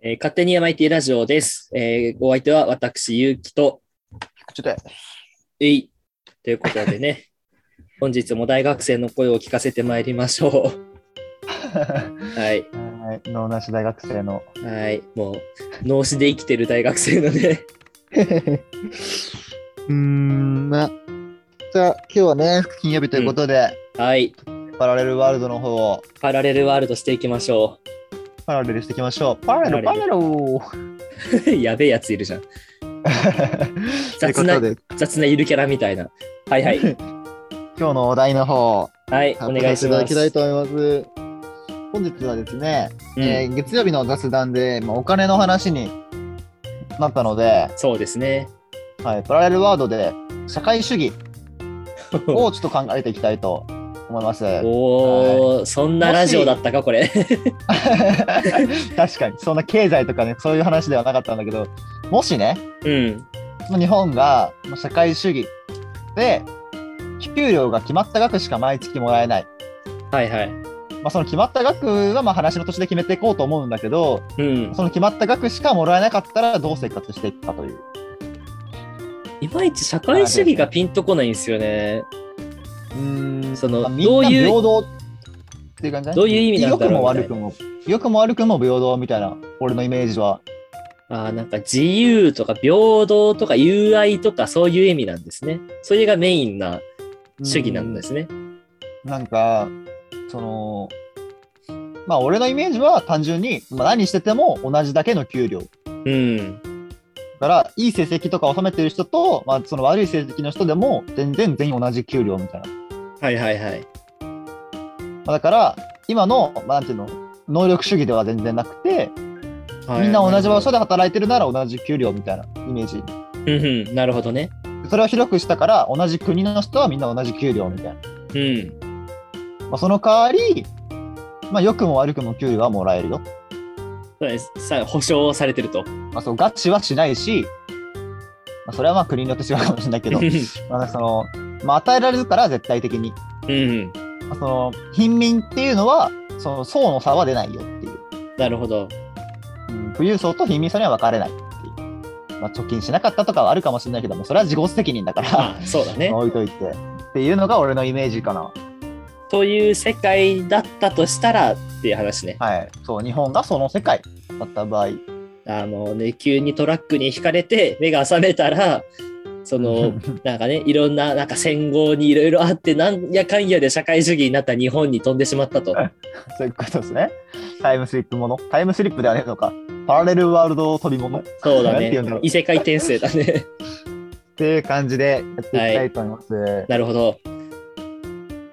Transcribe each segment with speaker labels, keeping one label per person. Speaker 1: えー勝手に山 IT ラジオです。えー、お相手は私、ゆうきと、
Speaker 2: ちょっとや、
Speaker 1: えい。ということで ね、本日も大学生の声を聞かせてまいりましょう。はい。
Speaker 2: はい、脳なし大学生 の。
Speaker 1: はい。もう、脳死で生きてる大学生のね、
Speaker 2: うーん、まあ、じゃあ今日はね、金曜日ということで、
Speaker 1: はい。
Speaker 2: パラレルワールドの方を
Speaker 1: パラレルワールドしていきましょ
Speaker 2: パラレルしていきましょう。パラレル、
Speaker 1: パ
Speaker 2: パ
Speaker 1: ラ
Speaker 2: ラレル
Speaker 1: う。 やべえやついるじゃん。
Speaker 2: という
Speaker 1: 雑
Speaker 2: こ
Speaker 1: な
Speaker 2: と、で、
Speaker 1: 雑なゆるキャラみたいな。はいはい。
Speaker 2: 今日のお題の方、
Speaker 1: はい。お
Speaker 2: 発
Speaker 1: 願い
Speaker 2: 表
Speaker 1: し
Speaker 2: させていた
Speaker 1: ま
Speaker 2: だ
Speaker 1: す
Speaker 2: き。たいと思います。本日はですね、
Speaker 1: うん
Speaker 2: えー月曜日の雑談で、まあ、お金の話になったので、
Speaker 1: そうですね。
Speaker 2: はい、パラレルワールドで社会主義をちょっと考えていきたいと思 います。
Speaker 1: おー、そんなラジオだったか、これ。
Speaker 2: 確かにそんな経済とかねそういう話ではなかったんだけどもしね
Speaker 1: うん。
Speaker 2: 日本がまあ社会主義で給料が決まった額しか毎月もらえない、
Speaker 1: はいはい。
Speaker 2: まあ、その決まった額はまあ話の途中で決めていこうと思うんだけど
Speaker 1: うん。
Speaker 2: その決まった額しかもらえなかったらどう生活していくかという
Speaker 1: いまいち社会主義がピンとこないんですよね。
Speaker 2: うん
Speaker 1: その
Speaker 2: まあ、みん
Speaker 1: ど
Speaker 2: な
Speaker 1: ういう
Speaker 2: 平等っていう感じ
Speaker 1: どういう意味なん
Speaker 2: 良
Speaker 1: だ
Speaker 2: く
Speaker 1: ろ
Speaker 2: も
Speaker 1: うみ
Speaker 2: 悪
Speaker 1: たい
Speaker 2: く
Speaker 1: な
Speaker 2: も良くも悪くも平等みたいな俺のイメージは
Speaker 1: ああ、なんか自由とか平等とか友愛とかそういう意味なんですね。それがメインな主義なんですね。
Speaker 2: なんか、その、まあ俺のイメージは単純に、まあ、何してても同じだけの給料。だ
Speaker 1: うん。
Speaker 2: から、いい成績とか収めてる人と、まあその悪い成績の人でも、全然全員同じ給料みたいな。ま
Speaker 1: はいはいはい。
Speaker 2: あだから、今の、まあなんていうの、能力主義では全然なくて、
Speaker 1: はい
Speaker 2: みんな同じ場所
Speaker 1: だ。
Speaker 2: で働いてるなら同じ給料みたいなイメージ。
Speaker 1: うんうん。なるほどね。
Speaker 2: それを広くしたから、同じ国の人はみんな同じ給料みたい
Speaker 1: うん。
Speaker 2: な。まあその代わり、まあ良くも悪くも給料はもらえるよ。
Speaker 1: そうですさ保証されてると。
Speaker 2: まあ、そうガチはしないし、まあ、それはまあ国によって違うかもしれないけどまあその、まあ、与えられるから絶対的に、
Speaker 1: うん。
Speaker 2: まあ、その貧民っていうのはその層の差は出ないよっていう、
Speaker 1: なるほ ど。
Speaker 2: うん、富裕層と貧民層には分かれないっていう、まあ、貯金しなかったとかはあるかもしれないけどもそれは自己責任だ から
Speaker 1: あそうだね
Speaker 2: まあ。置いといてっていうのが俺のイメージかな
Speaker 1: という世界だったとしたらっていう話ね。
Speaker 2: はいそう日本がその世界だった場合
Speaker 1: あのね、急にトラックに引かれて目が覚めたら、そ のなんかね、いろんな、なんか戦後にいろいろあって、なんやかんやで社会主義になった日本に飛んでしま ったと。
Speaker 2: そういうことですねタイムスリップものタイムスリップではねえのかパラレルワールド飛び物
Speaker 1: そうだ
Speaker 2: なんて
Speaker 1: ね
Speaker 2: 言うんだろ。う
Speaker 1: 異世界転生だね。
Speaker 2: っていう感じでやっていきたいと思います。
Speaker 1: なるほど。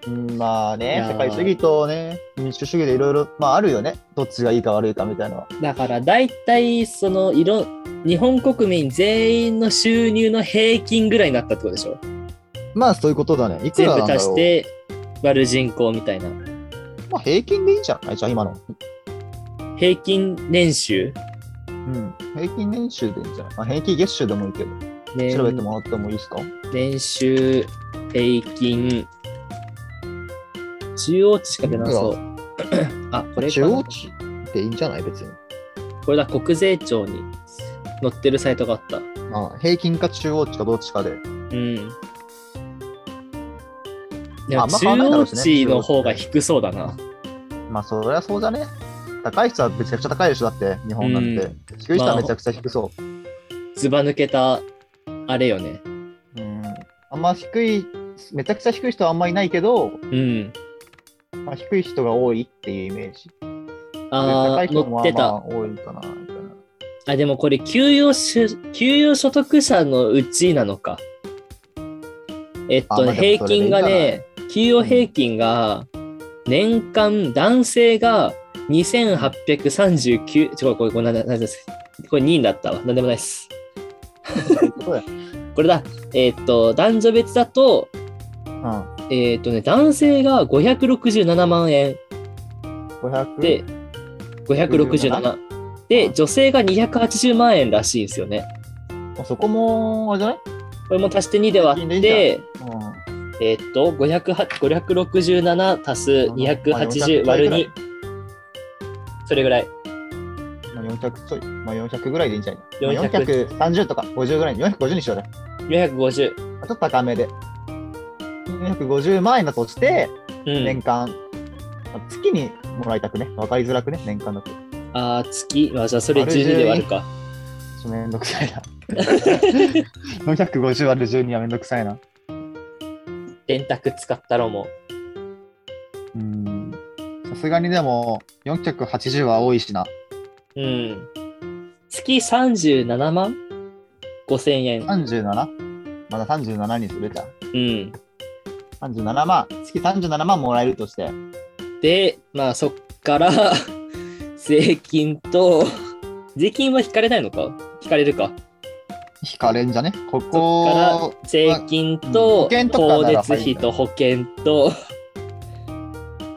Speaker 2: うんまあ
Speaker 1: い
Speaker 2: ね
Speaker 1: や、ー
Speaker 2: 社会主義とね、民主主義でいろいろ、まああるよね。どっちがいいか悪いかみたいなのは。
Speaker 1: だから大体、その、いろ、日本国民全員の収入の平均ぐらいになったってことでしょ。
Speaker 2: まあそういうことだね。いく
Speaker 1: 全
Speaker 2: ら
Speaker 1: 部
Speaker 2: なんだろ
Speaker 1: 足
Speaker 2: う
Speaker 1: して割る人口みたいな。
Speaker 2: まあ平均でいいんじゃないじゃあ今の。
Speaker 1: 平均年収
Speaker 2: うん。平均年収でいいんじゃない、まあ、平均月収でもいいけど。
Speaker 1: 年
Speaker 2: 調べてもらってもいいですか
Speaker 1: 年収平均中央値しか出なそう あこれか
Speaker 2: 中
Speaker 1: な
Speaker 2: 央値でいいんじゃない別に。
Speaker 1: これだ国税庁に載ってるサイトがあった
Speaker 2: まあ平均か中央値かどっちかで。
Speaker 1: うんで
Speaker 2: まあ
Speaker 1: も
Speaker 2: あん
Speaker 1: 中
Speaker 2: ま変わんないだ
Speaker 1: 央
Speaker 2: ろうしね
Speaker 1: 値の方が低そうだな、
Speaker 2: まあそりゃそうじゃね。高い人はめちゃくちゃ高いでしょ。だって日本なんて。低い人はめちゃくちゃ低そう。
Speaker 1: ずば抜けたあれよね
Speaker 2: うん。あんま低い、めちゃくちゃ低い人はあんまいないけど、
Speaker 1: うん
Speaker 2: まあ、低い人が多いっていうイメージ。
Speaker 1: あ
Speaker 2: で
Speaker 1: あ
Speaker 2: 高い人
Speaker 1: 載
Speaker 2: も
Speaker 1: って
Speaker 2: まあ
Speaker 1: た
Speaker 2: まあ多いかなみたいな。
Speaker 1: あでもこれ給与し給与所得者のうちなのかえっ
Speaker 2: あま
Speaker 1: と
Speaker 2: あで
Speaker 1: ね平
Speaker 2: もそれでいい
Speaker 1: 均がね給与平均が年間男性が2839違うこれこれなななですこれ2位だったわなんでもないです
Speaker 2: そういうことだよ
Speaker 1: これだえっと男女別だとえっとね男性が567万円
Speaker 2: うん。500
Speaker 1: で567で女性が280万円らしいんですよね
Speaker 2: あそこも、あれじゃない、
Speaker 1: これも足して2で割
Speaker 2: 平均
Speaker 1: っ
Speaker 2: でい
Speaker 1: てえーっと、508 567足す
Speaker 2: うん、
Speaker 1: 280割る2、それぐらい。
Speaker 2: まあ400ちょい、まあ、400ぐらいでいいんじゃないまあ
Speaker 1: 400
Speaker 2: ?430 とか50ぐらいに、450にしようね。
Speaker 1: 450。
Speaker 2: ちょっと高めで。450万円だとして、
Speaker 1: うん
Speaker 2: 年。間、まあ月にもらいたくね。わかりづらくね、年間だと。ちょ
Speaker 1: あー、月。まあ、じゃあそれ12で割るか。
Speaker 2: っとめんどく さいな。450割る12はめんどくさいな。
Speaker 1: 電卓使ったらも
Speaker 2: うん。さすがにでも、480は多いしな。
Speaker 1: う。うん。月37万 ?5000 円。
Speaker 2: 37? まだ37にするじゃん。
Speaker 1: うん。
Speaker 2: 37万、月37万もらえるとして、
Speaker 1: で、まあそっから 税金と、税金は引かれないのか引かれるか。
Speaker 2: 引かれんじゃねこ
Speaker 1: そ
Speaker 2: こ
Speaker 1: っから、税金と、
Speaker 2: 保険とかな
Speaker 1: 光
Speaker 2: ら
Speaker 1: 熱費と保険と、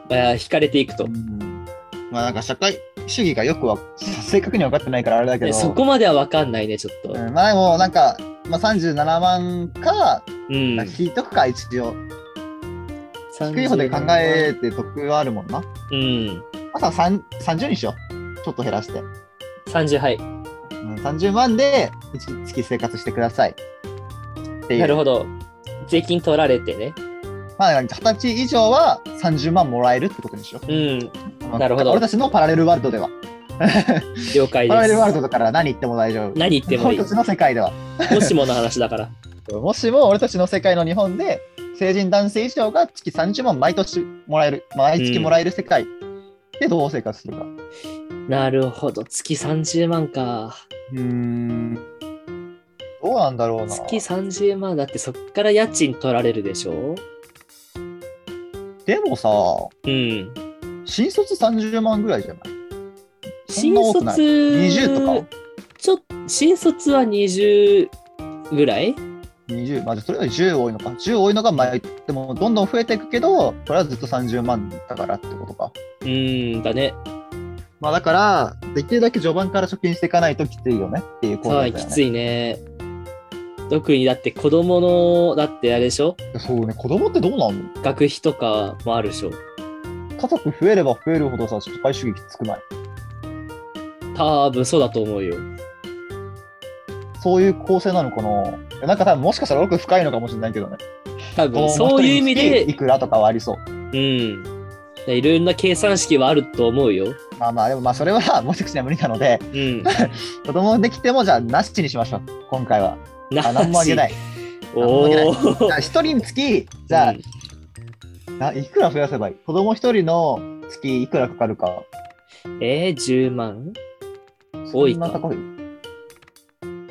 Speaker 1: まあ引かれていくと
Speaker 2: う。んまあなんか社会主義がよくは正確には分かってないからあれだけ
Speaker 1: で
Speaker 2: ど、
Speaker 1: そこまでは分かんないね、ちょっと
Speaker 2: う。んまあでもなんか、まあ、37万か、
Speaker 1: うん。
Speaker 2: 引いとくか一応、低い方で考えて得はあるもんな。
Speaker 1: うん。
Speaker 2: あとは3 30にしよう。ちょっと減らして。うん、
Speaker 1: 30、はい。
Speaker 2: 30万で一月生活してください。ってい
Speaker 1: なる
Speaker 2: う。
Speaker 1: ほど。税金取られてね。
Speaker 2: まあ、二十歳以上は30万もらえるってことにしよう。
Speaker 1: うん。
Speaker 2: まあ
Speaker 1: なるほど
Speaker 2: 俺たちのパラレルワールドでは。
Speaker 1: 了解
Speaker 2: パラレルワール
Speaker 1: です。
Speaker 2: ドだから何言っても大丈夫。
Speaker 1: 何言ってもい
Speaker 2: 俺
Speaker 1: い
Speaker 2: た。ちの世界では。
Speaker 1: もしもの話だから。
Speaker 2: もしも俺たちの世界の日本で成人男性以上が月30万毎年もらえる、毎月もらえる世界でどう生活するか。
Speaker 1: なるほど。月30万か。
Speaker 2: うん。どうなんだろうな。
Speaker 1: 月30万だってそっから家賃取られるでしょ
Speaker 2: でもさ、
Speaker 1: うん。
Speaker 2: 新卒30万ぐらいじゃないそん
Speaker 1: 新
Speaker 2: な多くない
Speaker 1: 卒
Speaker 2: ?20 とか
Speaker 1: ちょっ新卒は20ぐらい
Speaker 2: ?20。まあ、それより10多いのか。10多いのが毎、でもどんどん増えていくけど、これはずっと30万だからってことか。
Speaker 1: うんだね。
Speaker 2: まあだから、できるだけ序盤から貯金していかないときついよねっていうこと
Speaker 1: は
Speaker 2: だ
Speaker 1: い、
Speaker 2: よね。
Speaker 1: きついね。特にだって子供の、だってあれでしょ
Speaker 2: そうね、子供ってどうなんの
Speaker 1: 学費とかもあるでしょ
Speaker 2: 家族増えれば増えるほどさ、社会主義きつくない。
Speaker 1: 多分そうだと思うよ。
Speaker 2: そういう構成なのかないやなんか多分もしかしたら奥深いのかもしれないけどね。
Speaker 1: 多分そういう意味
Speaker 2: 子供一人につき
Speaker 1: で、
Speaker 2: いくらとかはありそう。
Speaker 1: うん。いろんな計算式はあると思うよ。
Speaker 2: まあまあ、でもまあそれは もしかしたら無理なので、
Speaker 1: うん。
Speaker 2: 子供できてもじゃあなしにしましょう。今回は。 あ、なんもあげない。何も
Speaker 1: お
Speaker 2: あげない
Speaker 1: おー。
Speaker 2: じゃあ一人につき、じゃあ、
Speaker 1: うん
Speaker 2: ないくら増やせばいい子供一人の月いくらかかるか。
Speaker 1: えー、10万
Speaker 2: そ
Speaker 1: 多い
Speaker 2: ん
Speaker 1: か
Speaker 2: な高い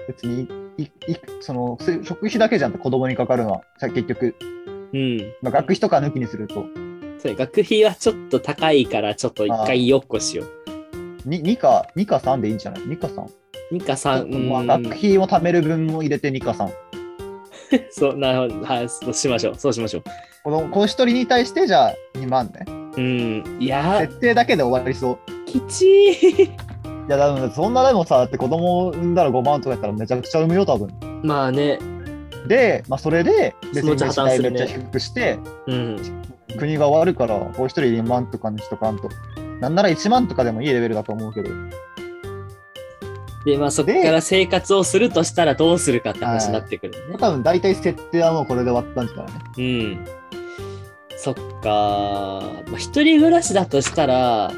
Speaker 2: 別にいいそのせ食費だけじゃんって子供にかかるのはじゃあ結局、
Speaker 1: うん。
Speaker 2: まあ、学費とか抜きにすると
Speaker 1: そう学費はちょっと高いから、ちょっと一回よっこしよう。
Speaker 2: に 2, か2か3でいいんじゃない ?2 か 3?
Speaker 1: 2か
Speaker 2: まあ、
Speaker 1: 3、う
Speaker 2: 学
Speaker 1: ん。
Speaker 2: 費を貯める分も入れて2か3。
Speaker 1: そう、なるほど。はい、そうしましょう。そうしましょ
Speaker 2: この子一人に対してじゃあ2万ね。
Speaker 1: う。うん。いや
Speaker 2: 設定だけで終わりそう。
Speaker 1: ー、きちい。
Speaker 2: いやだめだそんなでもさだって子供を産んだら5万とかやったらめちゃくちゃ産むよ多分。
Speaker 1: まあね。
Speaker 2: で、まあ、それで別に
Speaker 1: そのうち破綻
Speaker 2: 代
Speaker 1: する
Speaker 2: めっ
Speaker 1: ね
Speaker 2: ちゃ低くして、
Speaker 1: うん。
Speaker 2: 国が悪いから子一人2万とかにしとかんと。なんなら1万とかでもいいレベルだと思うけど。
Speaker 1: で、まあそこから生活をするとしたらどうするかって話になってくるね。
Speaker 2: 多分大体設定はもうこれで終わったんじゃないね。
Speaker 1: うん。そっかー。まあ、一人暮らしだとしたら、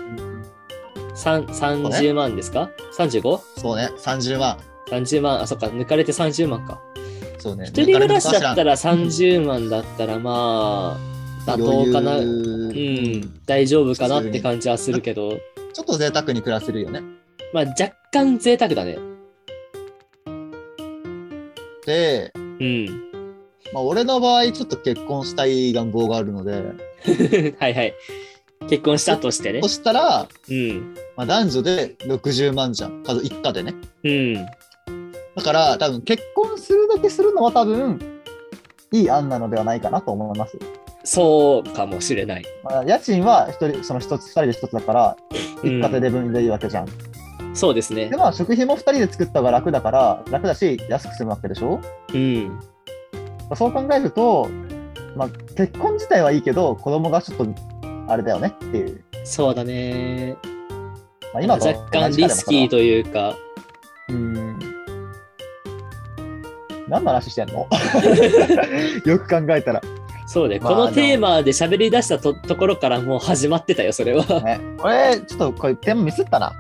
Speaker 1: 三30万ですか ?35?30
Speaker 2: そうね、30万。
Speaker 1: 万。あ、そっか。抜かれて30万か。
Speaker 2: そうね。
Speaker 1: 一人暮らしだった
Speaker 2: ら
Speaker 1: ら30万だったらまあ妥当かな、
Speaker 2: 余
Speaker 1: う
Speaker 2: 裕
Speaker 1: ん、大丈夫かなって感じはするけど、
Speaker 2: ちょっと贅沢に暮らせるよね。
Speaker 1: まあ若干贅沢だね。
Speaker 2: で、
Speaker 1: うん。
Speaker 2: まあ、俺の場合、ちょっと結婚したい願望があるので、
Speaker 1: はいはい。結婚したとしてね
Speaker 2: そ。したら、
Speaker 1: うん。
Speaker 2: まあ、男女で60万じゃん。家族一家でね。
Speaker 1: うん。
Speaker 2: だから、多分結婚するだけするのは多分、いい案なのではないかなと思います。
Speaker 1: そうかもしれない。
Speaker 2: まあ、家賃は一人、その一つ、二人で一つだから、
Speaker 1: う
Speaker 2: 一家庭
Speaker 1: ん、
Speaker 2: で分でいいわけじゃん。
Speaker 1: そうですね
Speaker 2: で、。まあ、食費も二人で作った方が楽だから、楽だし、安く済むわけでしょ
Speaker 1: うん。
Speaker 2: まあそう考えると、まあ、結婚自体はいいけど、子供がちょっと、あれだよねっていう。
Speaker 1: そうだね。
Speaker 2: まあ、今と
Speaker 1: 若干リスキー
Speaker 2: と。
Speaker 1: というか、
Speaker 2: うん。何の話して んのよく考えたら。
Speaker 1: そうね、
Speaker 2: まあ
Speaker 1: このテーマで喋り出したとところからもう始まってたよ、それは。
Speaker 2: ね、これ、ちょっとこれ、点ミスっ たな。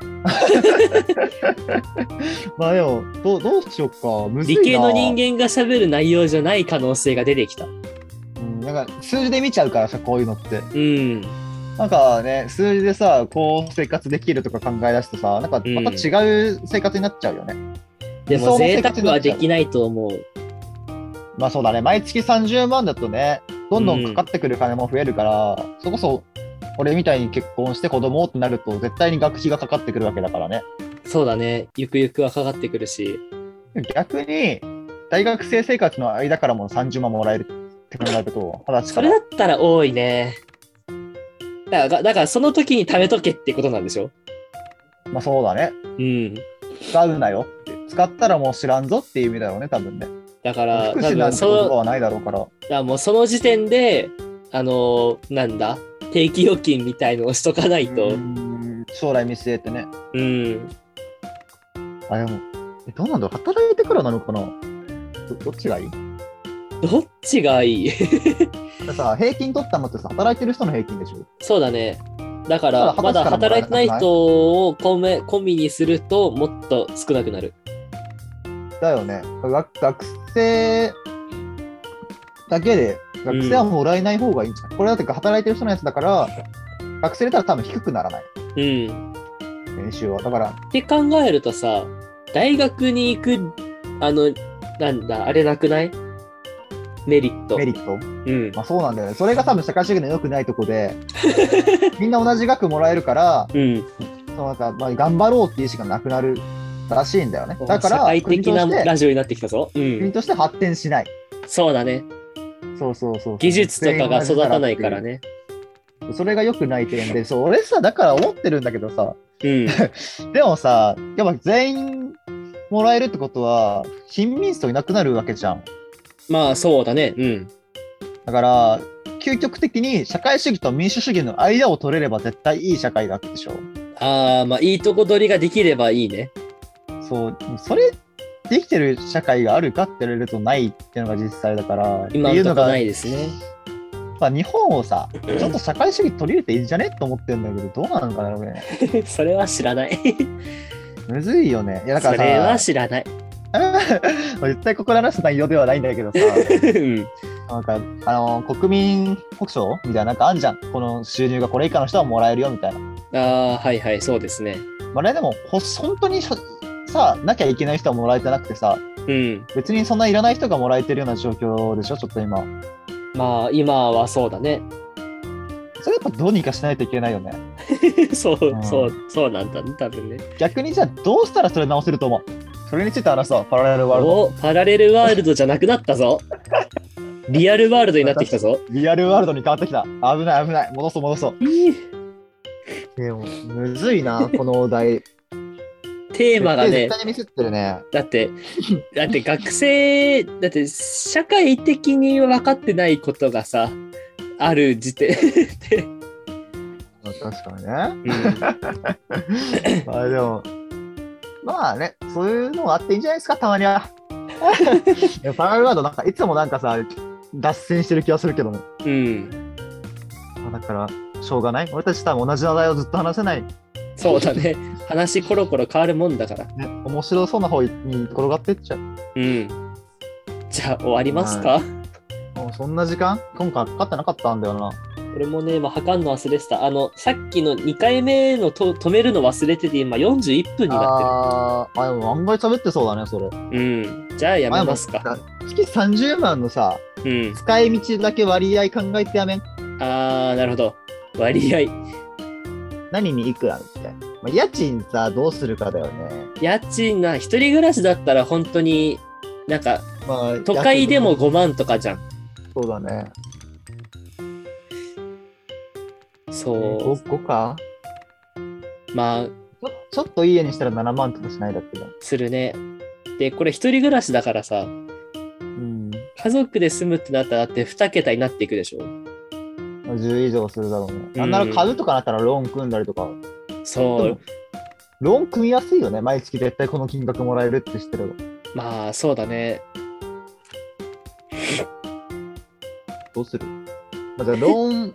Speaker 2: まあでも、どうどうしようか。むずい
Speaker 1: 理
Speaker 2: な
Speaker 1: 系の人間が喋る内容じゃない可能性が出てきた。
Speaker 2: うんなんか数字で見ちゃうからさ、こういうのって。
Speaker 1: うん。
Speaker 2: なんかね、数字でさ、こう生活できるとか考え出すとさ、なんか
Speaker 1: うん
Speaker 2: また違う生活になっちゃうよね。
Speaker 1: で
Speaker 2: 理想
Speaker 1: も
Speaker 2: の
Speaker 1: 贅
Speaker 2: 生活
Speaker 1: 沢はできないと思う。
Speaker 2: まあそうだね、毎月30万だとね、どんどんかかってくる金も増えるから、それこそ俺みたいに結婚して子供ってなると、絶対に学費がかかってくるわけだからね。
Speaker 1: そうだね。ゆくゆくはかかってくるし。
Speaker 2: 逆に、大学生生活の間からも30万もらえるって考えると、二十歳
Speaker 1: そ
Speaker 2: か
Speaker 1: れ
Speaker 2: ら
Speaker 1: だったら多いね。だから、だからその時に貯めとけってことなんでしょ
Speaker 2: まあそうだね、
Speaker 1: うん。
Speaker 2: 使うなよって、使ったらもう知らんぞっていう意味だろうね、多分ね。
Speaker 1: だ から、
Speaker 2: 福
Speaker 1: 多
Speaker 2: 祉な
Speaker 1: 分
Speaker 2: んて
Speaker 1: そ
Speaker 2: 言葉
Speaker 1: の、
Speaker 2: はないだろうから。
Speaker 1: だからもうその時点で、あのーなんだ、定期預金みたいのをしとかないうと。
Speaker 2: ん将来見据えてね。
Speaker 1: うん。
Speaker 2: あ、でも、えどうなんだろう働いてからなのかなどどっちがいい
Speaker 1: どっちがい い
Speaker 2: ださ平均取ったのってさ、働いてる人の平均でしょ
Speaker 1: そうだね。だから、ま
Speaker 2: ま
Speaker 1: だ
Speaker 2: だ
Speaker 1: 働い
Speaker 2: 働い
Speaker 1: て
Speaker 2: て
Speaker 1: な
Speaker 2: ないい
Speaker 1: 人を込め込みにすると、もっと少なくなる。
Speaker 2: だよね。学学生だけで、学生はもうらえない方がいいんじゃない、これだって働いてる人のやつだから、学生だったら多分低くならない、
Speaker 1: うん。
Speaker 2: 年収は。だから、
Speaker 1: って考えるとさ大学に行くあのなんだあれなくないメリット
Speaker 2: メリット。
Speaker 1: うん
Speaker 2: まあそうなんだよね。それが多分社会主義の良くないとこで、みんな同じ額もらえるから、
Speaker 1: うん
Speaker 2: そのなんかまあ頑張ろうっていう意識がなくなるらしいんだよね。だか
Speaker 1: 社
Speaker 2: ら、
Speaker 1: 会的な
Speaker 2: 国として
Speaker 1: ラジオになってきたぞ、う
Speaker 2: 国
Speaker 1: ん、
Speaker 2: として発展しない。
Speaker 1: そうだね
Speaker 2: そうそうそうそう。
Speaker 1: 技術とかが育たないからね
Speaker 2: それが良くない点で、そう、俺さ、だから思ってるんだけどさ、
Speaker 1: うん
Speaker 2: でもさ、やっぱ全員もらえるってことは、貧民層いなくなるわけじゃん。
Speaker 1: まあそうだねうん
Speaker 2: だから、究極的に社会主義と民主主義の間を取れれば絶対いい社会だってでしょ。
Speaker 1: ああまあいいとこ取りができればいいね
Speaker 2: そう、それ、できてる社会があるかって言われるとないっていうのが実際だから、
Speaker 1: 今
Speaker 2: ってい
Speaker 1: のと
Speaker 2: うの
Speaker 1: こ
Speaker 2: が
Speaker 1: ないですね
Speaker 2: まあ、日本をさ、ちょっと社会主義取り入れていいんじゃねと思ってるんだけど、どうなのかな、こ れ。
Speaker 1: それは知らない
Speaker 2: むずいよね。いや、だ
Speaker 1: そ
Speaker 2: からさ、
Speaker 1: れ は知らない
Speaker 2: 絶対ここで話す内容ではないんだ けどさ、
Speaker 1: うん
Speaker 2: なんか、あの国民保障みたいな、なんかあんじゃん。この収入がこれ以下の人はもらえるよみたいな。
Speaker 1: ああはいはいそうですね
Speaker 2: まあ、ね、でも、ほ本当にしょさ、なきゃいけない人はもらえてなくてさ、
Speaker 1: うん
Speaker 2: 別にそんないらない人がもらえてるような状況でしょ、ちょっと今。
Speaker 1: まあ今はそうだね
Speaker 2: それやっぱどうにかしないといけないよね。
Speaker 1: そう
Speaker 2: うん
Speaker 1: そうそうなんだね多分ね
Speaker 2: 逆にじゃあ、どうしたらそれ直せると思うそれについて話そう、パラレルワールド。
Speaker 1: おパラレルワールドじゃなくなったぞ。 リアルワールドになってきたぞ。
Speaker 2: リアルワールドに変わってきた。危ない危ない。戻そう戻そう。でも、むずい な、このお題。
Speaker 1: テーマがね
Speaker 2: 絶、対ミスってるね。
Speaker 1: だって、だって学生、だって社会的に分かってないことがさ、ある時点。
Speaker 2: 確かにね。
Speaker 1: うん
Speaker 2: まあでも、まあね、そういうのがあっていいんじゃないですか、たまに は。いやパラレルワールド、なんかいつもなんかさ、脱線してる気がするけども。
Speaker 1: うん。
Speaker 2: まあだから、しょうがない。俺たち多分同じ話題をずっと話せない。ね、
Speaker 1: そうだね。話コロコロ変わるもんだから。
Speaker 2: 面白そうな方に転がってっちゃう。
Speaker 1: うん。じゃあ終わりますか、
Speaker 2: もうそんな時間今回かかってなかったんだよな。
Speaker 1: 俺もね、今測るの忘れてた。あの、さっきの2回目のと止めるの忘れてて、今41分になっ
Speaker 2: あーあ、でも案外喋ってそうだね、それ。
Speaker 1: てる。うん。じゃあやめますか。
Speaker 2: 前も言った。月30万のさ、
Speaker 1: うん。
Speaker 2: 使い道だけ割合考えてやめん。
Speaker 1: あー、なるほど。割合。
Speaker 2: 何にいくらみたいな。まあ、家賃さ、どうするかだよね。
Speaker 1: 家賃な、一人暮らしだったら本当に、なんか、
Speaker 2: まあ、
Speaker 1: 都会でも5万とかじゃん。
Speaker 2: そうだね。
Speaker 1: そ
Speaker 2: 5, 5か
Speaker 1: う。まあ、
Speaker 2: ちょちょっといい家にしたら7万とかしないだってね。
Speaker 1: するね。で、これ一人暮らしだからさ、
Speaker 2: うん。
Speaker 1: 家族で住むってなったら、だって2桁になっていくでしょ。
Speaker 2: まあ10以上するだろうね。
Speaker 1: うん
Speaker 2: なんなら買うとかなったらローン組んだりとか。
Speaker 1: そ
Speaker 2: でも
Speaker 1: う。
Speaker 2: ローン組みやすいよね。毎月絶対この金額もらえるって知ってる
Speaker 1: まあ、そうだね。
Speaker 2: どうするまあじゃあ、ローン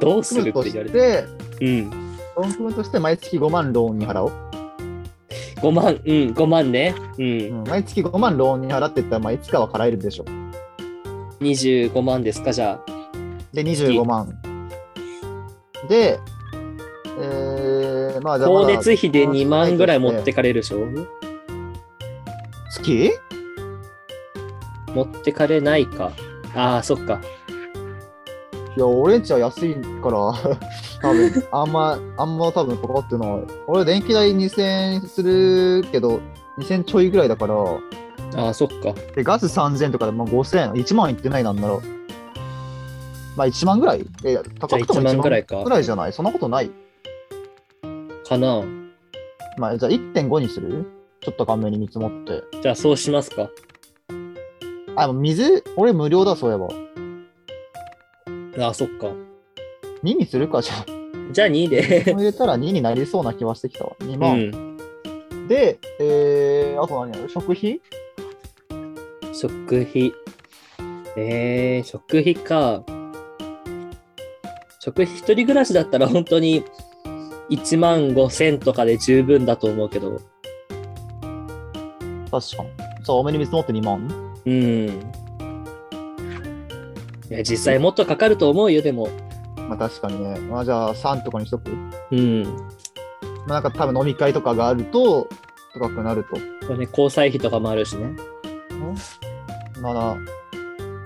Speaker 1: どうす
Speaker 2: 組
Speaker 1: る
Speaker 2: む
Speaker 1: って
Speaker 2: とし
Speaker 1: 言われて。
Speaker 2: て、ロ
Speaker 1: うん。
Speaker 2: ーン組むとして毎月5万ローンに払おう。
Speaker 1: 5万、うん、5万ね。う。
Speaker 2: うんん、毎月5万ローンに払ってったら、まあ、いつかは払えるでしょ。
Speaker 1: 25万ですか、じゃあ。
Speaker 2: で、25万。で、えー、まあじゃあま
Speaker 1: 光
Speaker 2: だ
Speaker 1: 熱費で2万ぐらい持ってかれるでしょ
Speaker 2: 月
Speaker 1: 持ってかれないか。ああ、そっか。
Speaker 2: いや、俺んちは安いから、 多分、あんま、あんま多分かかってない。俺、電気代2000円するけど、2000ちょいぐらいだから、
Speaker 1: ああ、そっか。
Speaker 2: で、ガス3000とかで、まあ、5000、1万いってないなんなら。まあ、1万ぐらいえ、高くて
Speaker 1: じゃ
Speaker 2: も
Speaker 1: あ1万
Speaker 2: 1万
Speaker 1: ぐ
Speaker 2: ぐ
Speaker 1: ら
Speaker 2: ら
Speaker 1: い
Speaker 2: い
Speaker 1: か
Speaker 2: じゃないそんなことない。
Speaker 1: かな。
Speaker 2: まあ、じゃあ1.5にするちょっと顔面に見積もって。
Speaker 1: じゃあ、そうしますか。
Speaker 2: あ、もう水、俺無料だ、そういえば。
Speaker 1: ああ、そっか。
Speaker 2: 2にするか、じゃあ。
Speaker 1: じゃあ、2で。
Speaker 2: 入れたら2になりそうな気はしてきたわ。2
Speaker 1: う
Speaker 2: 万。
Speaker 1: ん。
Speaker 2: で、えー、あと何やる食費
Speaker 1: 食費。えー、食費か。食費一人暮らしだったら本当に1万5千とかで十分だと思うけど。
Speaker 2: 確かに。そう、多めに見積もって2万
Speaker 1: うん。いや、実際もっとかかると思うよ、でも。
Speaker 2: まあ確かにね。まあじゃあ3とかにしとく。
Speaker 1: うん。
Speaker 2: まあなんか多分飲み会とかがあると、高くなると。
Speaker 1: これね、交際費とかもあるしね。
Speaker 2: まだ、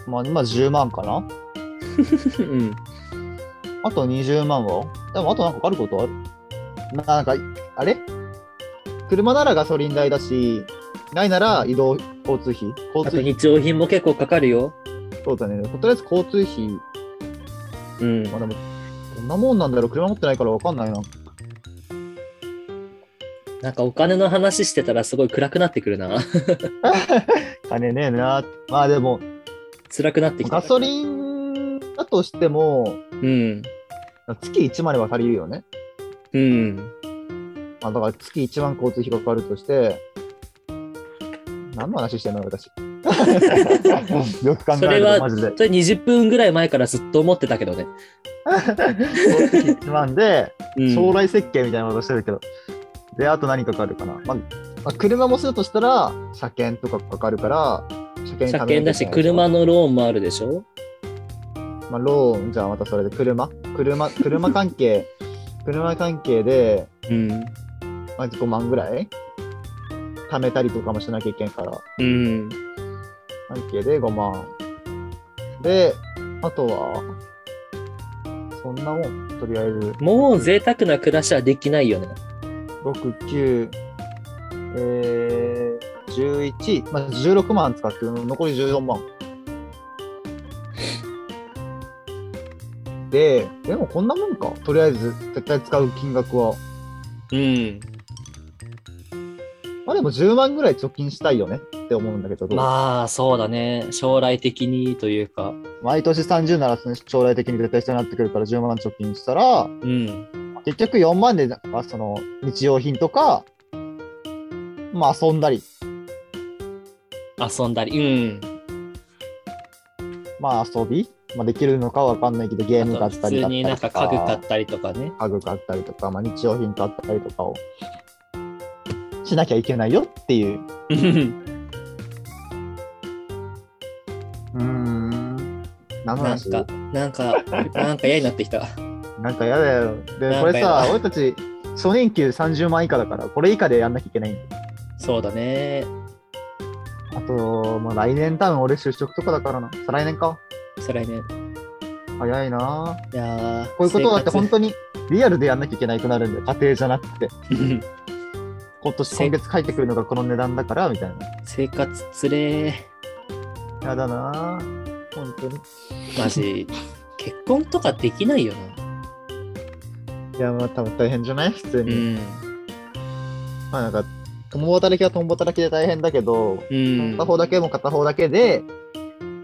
Speaker 2: まあ今10万かな
Speaker 1: うん。
Speaker 2: あと20万はでもあとなんかあることあるまあなんか、あれ車ならガソリン代だし、ないなら移動交通費。交
Speaker 1: あ
Speaker 2: 通
Speaker 1: と
Speaker 2: 費、
Speaker 1: 日用品も結構かかるよ。
Speaker 2: そうだね。とりあえず交通費、
Speaker 1: うん。
Speaker 2: まあでも、どんなもんなんだろう車持ってないからわかんないな。
Speaker 1: なんかお金の話してたらすごい暗くなってくるな。
Speaker 2: 金ねえな。まあでも、
Speaker 1: 辛くなってきた。
Speaker 2: ガソリンだとしても、
Speaker 1: うん。
Speaker 2: 月1万では足りるよね。
Speaker 1: うん。
Speaker 2: まあ、だから月1万交通費がかかるとして、何の話してんの私。 よく考
Speaker 1: そ
Speaker 2: え
Speaker 1: れ
Speaker 2: る
Speaker 1: は
Speaker 2: とマジで。
Speaker 1: それ20分ぐらい前からずっと思ってたけどね。
Speaker 2: 交通費1万で、
Speaker 1: うん
Speaker 2: 将来設計みたいなことしてるけど。で、あと何かかるかな。まあ、まあ車もするとしたら、車検とかかかるから、車検に
Speaker 1: 車
Speaker 2: 貯めな
Speaker 1: 検
Speaker 2: きゃ
Speaker 1: だ
Speaker 2: いけ
Speaker 1: し、
Speaker 2: ないでょ
Speaker 1: 車のローンもあるでしょ
Speaker 2: まあ、ローン、じゃあまたそれで車車、車関係、車関係で、
Speaker 1: うん。
Speaker 2: まあ、5万ぐらい貯めたりとかもしなきゃいけんから、
Speaker 1: うん。
Speaker 2: 関係で5万。で、あとは、そんなもん、とりあえず、
Speaker 1: もう贅沢な暮らしはできないよね。
Speaker 2: 6、9、えー、11、まあ、16万使って、残り14万。で、でもこんなもんか。とりあえず、絶対使う金額は。
Speaker 1: うん。
Speaker 2: まあでも10万ぐらい貯金したいよねって思うんだけど、
Speaker 1: まあ、そうだね。将来的にというか。
Speaker 2: 毎年30ならその将来的に絶対必要になってくるから10万貯金したら、
Speaker 1: うん。
Speaker 2: 結局4万でなあその日用品とか、まあ遊んだり、
Speaker 1: 遊んだり。うん。
Speaker 2: まあ遊び、まあできるのかわかんないけど、ゲーム買
Speaker 1: あと
Speaker 2: っ
Speaker 1: 普
Speaker 2: たり
Speaker 1: 通
Speaker 2: だ
Speaker 1: に
Speaker 2: った
Speaker 1: な
Speaker 2: り
Speaker 1: ん
Speaker 2: と
Speaker 1: か
Speaker 2: か、
Speaker 1: 家具買ったりとかね。
Speaker 2: 家具買ったりとか、まあ日用品買ったりとかをしなきゃいけないよっていう。うーん。何の
Speaker 1: なん
Speaker 2: 話
Speaker 1: か、なんか、なんか嫌になってきた。
Speaker 2: なんかやだよ。
Speaker 1: な
Speaker 2: で、
Speaker 1: んか
Speaker 2: これ
Speaker 1: や
Speaker 2: さ、
Speaker 1: だ
Speaker 2: 俺たち初任給30万以下だから、これ以下でやんなきゃいけないんだよ
Speaker 1: そうだね。
Speaker 2: あと、まあ、来年多分俺就職とかだからな。再来年か。
Speaker 1: 再来年。
Speaker 2: 早いなぁ
Speaker 1: いやー
Speaker 2: こういうことだって
Speaker 1: 生活
Speaker 2: 本当にリアルでやんなきゃいけないくなるんだよ。家庭じゃなくて。
Speaker 1: うん
Speaker 2: 今年、
Speaker 1: せ
Speaker 2: 今月帰ってくるのがこの値段だから、みたいな。
Speaker 1: 生活つれー。
Speaker 2: やだなぁ本当に。
Speaker 1: マジ、結婚とかできないよな。
Speaker 2: いや、まあ多分大変じゃない普通
Speaker 1: う
Speaker 2: に。
Speaker 1: ん。
Speaker 2: まあなんか、共働きは共働きで大変だけど、
Speaker 1: うん。
Speaker 2: 片方だけも片方だけで、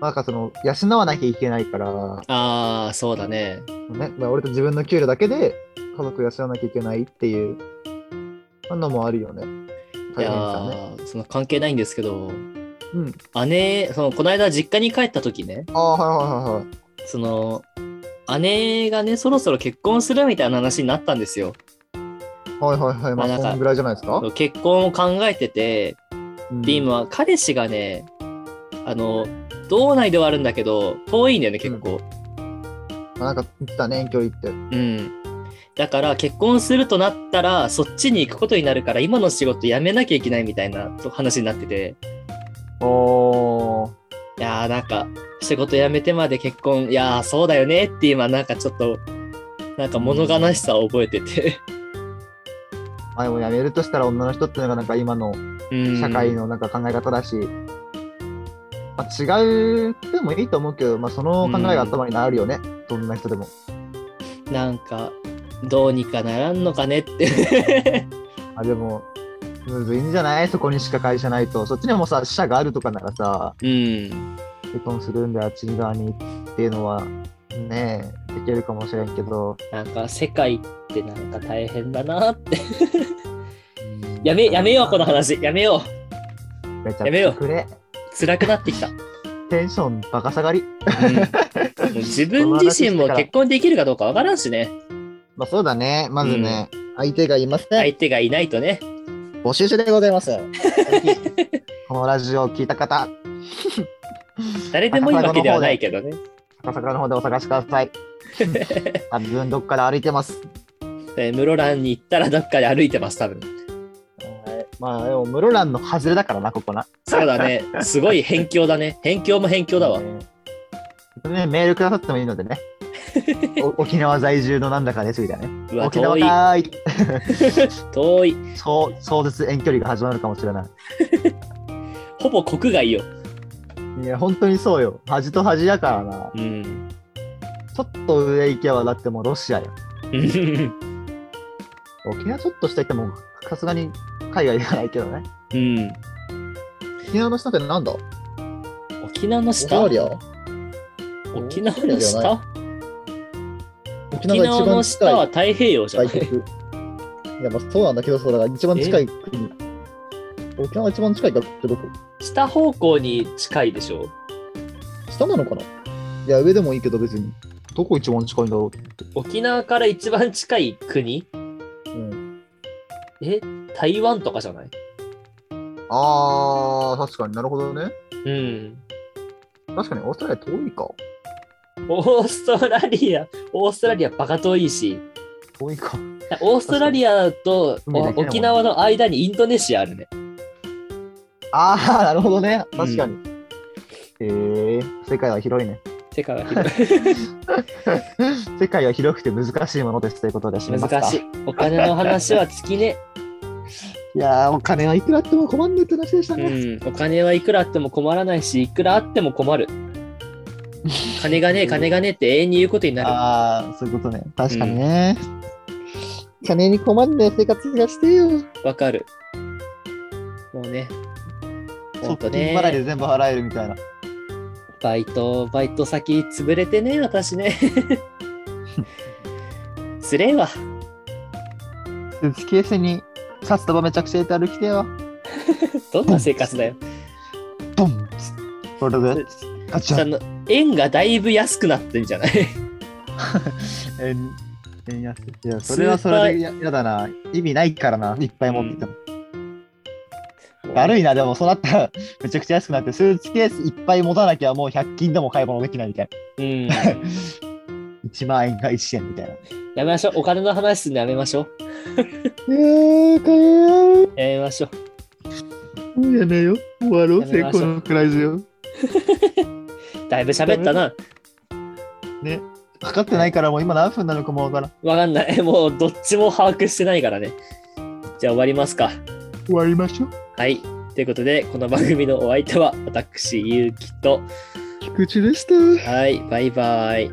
Speaker 2: なんかその、養わなきゃいけないから、
Speaker 1: ああ、そうだね。
Speaker 2: ね、まあ、俺と自分の給料だけで家族養わなきゃいけないっていう。そんなもんあるよね。
Speaker 1: い
Speaker 2: 大変
Speaker 1: や
Speaker 2: さね。
Speaker 1: ーその関係ないんですけど、
Speaker 2: うん。
Speaker 1: 姉、そのこの間実家に帰った時ね、
Speaker 2: ああ、はいはいはいはい。
Speaker 1: その、姉がね、そろそろ結婚するみたいな話になったんですよ。
Speaker 2: はいはいはい。ま
Speaker 1: まあなん
Speaker 2: あ、
Speaker 1: か
Speaker 2: そんぐらいじゃないですか。
Speaker 1: 結婚を考えてて、
Speaker 2: うん
Speaker 1: で、今、彼氏がね、あの、道内ではあるんだけど、遠いんだよね、結構。
Speaker 2: まあなんか言ったね、遠距離って。
Speaker 1: うん。だから、結婚するとなったら、そっちに行くことになるから、今の仕事辞めなきゃいけないみたいなと話になってて、
Speaker 2: おー。
Speaker 1: いやー、なんか、仕事辞めてまで結婚、いやー、そうだよねって今、なんかちょっと、なんか物悲しさを覚えてて。
Speaker 2: 前も辞めるとしたら女の人ってのがなんか今の
Speaker 1: うん
Speaker 2: 社会。のなんか考え方だし、まあ、違うでもいいと思うけど、まあ、その考えが頭になるよね、どんな人でも。
Speaker 1: なんか、どうにかならんのかねって。
Speaker 2: あでもむずいんじゃないそこにしか会社ないとそっちにもさ社があるとかならさ
Speaker 1: うん。
Speaker 2: 結婚するんであっち側にっていうのはねえできるかもしれんけど
Speaker 1: なんか、世界ってなんか大変だなって。やめ、やめよう、この話。やめよう。
Speaker 2: めち
Speaker 1: や
Speaker 2: ゃく
Speaker 1: め
Speaker 2: ち
Speaker 1: よう
Speaker 2: ゃくれ
Speaker 1: 辛くなってき た。
Speaker 2: テンションバカ下がり
Speaker 1: うんもう自分自身も結婚できるかどうかわからんしね。
Speaker 2: まあそうだねまずね、相手がいません、
Speaker 1: 相手がいないとね。
Speaker 2: 募集中でございます ぜひこのラジオを聞いた方
Speaker 1: 誰でもいいわけではないけどね。
Speaker 2: 赤坂の方でお探しくだ さい多分どっかで歩いてます
Speaker 1: えー室蘭に行ったらどっかで歩いてます、多分。
Speaker 2: はいまあでも室蘭の外れだからなここな
Speaker 1: そうだ ね。すごい辺境だね。辺境も辺境だわ。
Speaker 2: えーね、メールくださってもいいので ね。お沖縄在住のなんだかですみたいなね。
Speaker 1: うわ、
Speaker 2: 沖縄
Speaker 1: 遠い。
Speaker 2: かーい。
Speaker 1: 遠い。
Speaker 2: そう壮絶遠距離が始まるかもしれな
Speaker 1: ほぼ国外よ。
Speaker 2: い。いや、本当にそうよ。端と端だからな。
Speaker 1: うん。
Speaker 2: ちょっと上行けばだってもうロシアよ。
Speaker 1: うん
Speaker 2: 沖縄ちょっと下行ってもさすがに海外行かないけどね。
Speaker 1: うん。
Speaker 2: 沖縄の下ってなんだオー
Speaker 1: 沖縄の
Speaker 2: ス
Speaker 1: 下
Speaker 2: トラリア
Speaker 1: 沖縄の下沖
Speaker 2: 沖
Speaker 1: 縄の下は太平洋じゃ
Speaker 2: 大
Speaker 1: ない
Speaker 2: 国。いや、まあそうなんだけど、そうだから一番近い国。沖縄一番近いだってどこ
Speaker 1: 下方向に近いでしょ
Speaker 2: 下なのかないや、上でもいいけど別に。どこ一番近いんだろ
Speaker 1: 沖縄から一番近い国
Speaker 2: う。うん、
Speaker 1: え台湾とかじゃない
Speaker 2: あー、確かになるほどね。
Speaker 1: うん。
Speaker 2: 確かにオーストラリア遠いか。
Speaker 1: オーストラリア、オーストラリアバカ遠いし、
Speaker 2: 遠いか。
Speaker 1: オーストラリアと
Speaker 2: 海だけだもん
Speaker 1: 沖縄の間にインドネシアあるね。
Speaker 2: あー、なるほどね。確かに。へ、えー、世界は広いね。
Speaker 1: 世界が 広
Speaker 2: 世界は広くて難しいものですということで締め
Speaker 1: い。
Speaker 2: ますか
Speaker 1: 難しい。お金の話は尽きね。
Speaker 2: いやー、お金はいくらあっても困んねえって話でした
Speaker 1: う
Speaker 2: ね。
Speaker 1: ん。お金はいくらあっても困らないし、いくらあっても困る。金がねえ、金がねえって永遠に言うことになる。
Speaker 2: あー、そういうことね。確かにね。金に困んねえ生活がしてよ。
Speaker 1: わかる。もうね。ほんと
Speaker 2: 貯
Speaker 1: ね
Speaker 2: 金。払いで全部払えるみたいな。
Speaker 1: バイト、バイト先潰れてね、私ね。 つれえわ。
Speaker 2: スーツケースに札束めちゃくちゃ入れて歩きてよ。
Speaker 1: どんな生活だよ。
Speaker 2: ドンこれでガチ
Speaker 1: あ
Speaker 2: ャン。
Speaker 1: の円がだいぶ安くなってんじゃない
Speaker 2: 円円安いや、それはそれでややだな。意味ないからな。いっぱい持ってても。悪いな、でもそうなったら めちゃくちゃ安くなって、スーツケースいっぱい持たなきゃもう100均でも買い物できないみたいな。
Speaker 1: うん。
Speaker 2: 1万円が1円みたいな。
Speaker 1: やめましょう。お金の話すんのやめましょう。
Speaker 2: えー、かえ
Speaker 1: やめましょう。
Speaker 2: もうやめよ。終わろ
Speaker 1: うやめましょう成功の
Speaker 2: くらいですよ。
Speaker 1: だいぶ喋ったな。
Speaker 2: かかってないからもう今何分なのかもわからん。
Speaker 1: わかんない。 もうどっちも把握してないからね。じゃあ終わりますか。
Speaker 2: 終わりましょう。
Speaker 1: はい。ということで、この番組のお相手は私、ゆうきと。
Speaker 2: 菊池でした。
Speaker 1: はい。バイバイ。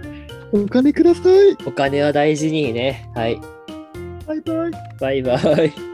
Speaker 2: お金ください。
Speaker 1: お金は大事にね。はい。
Speaker 2: バイバイ。
Speaker 1: バイバイ。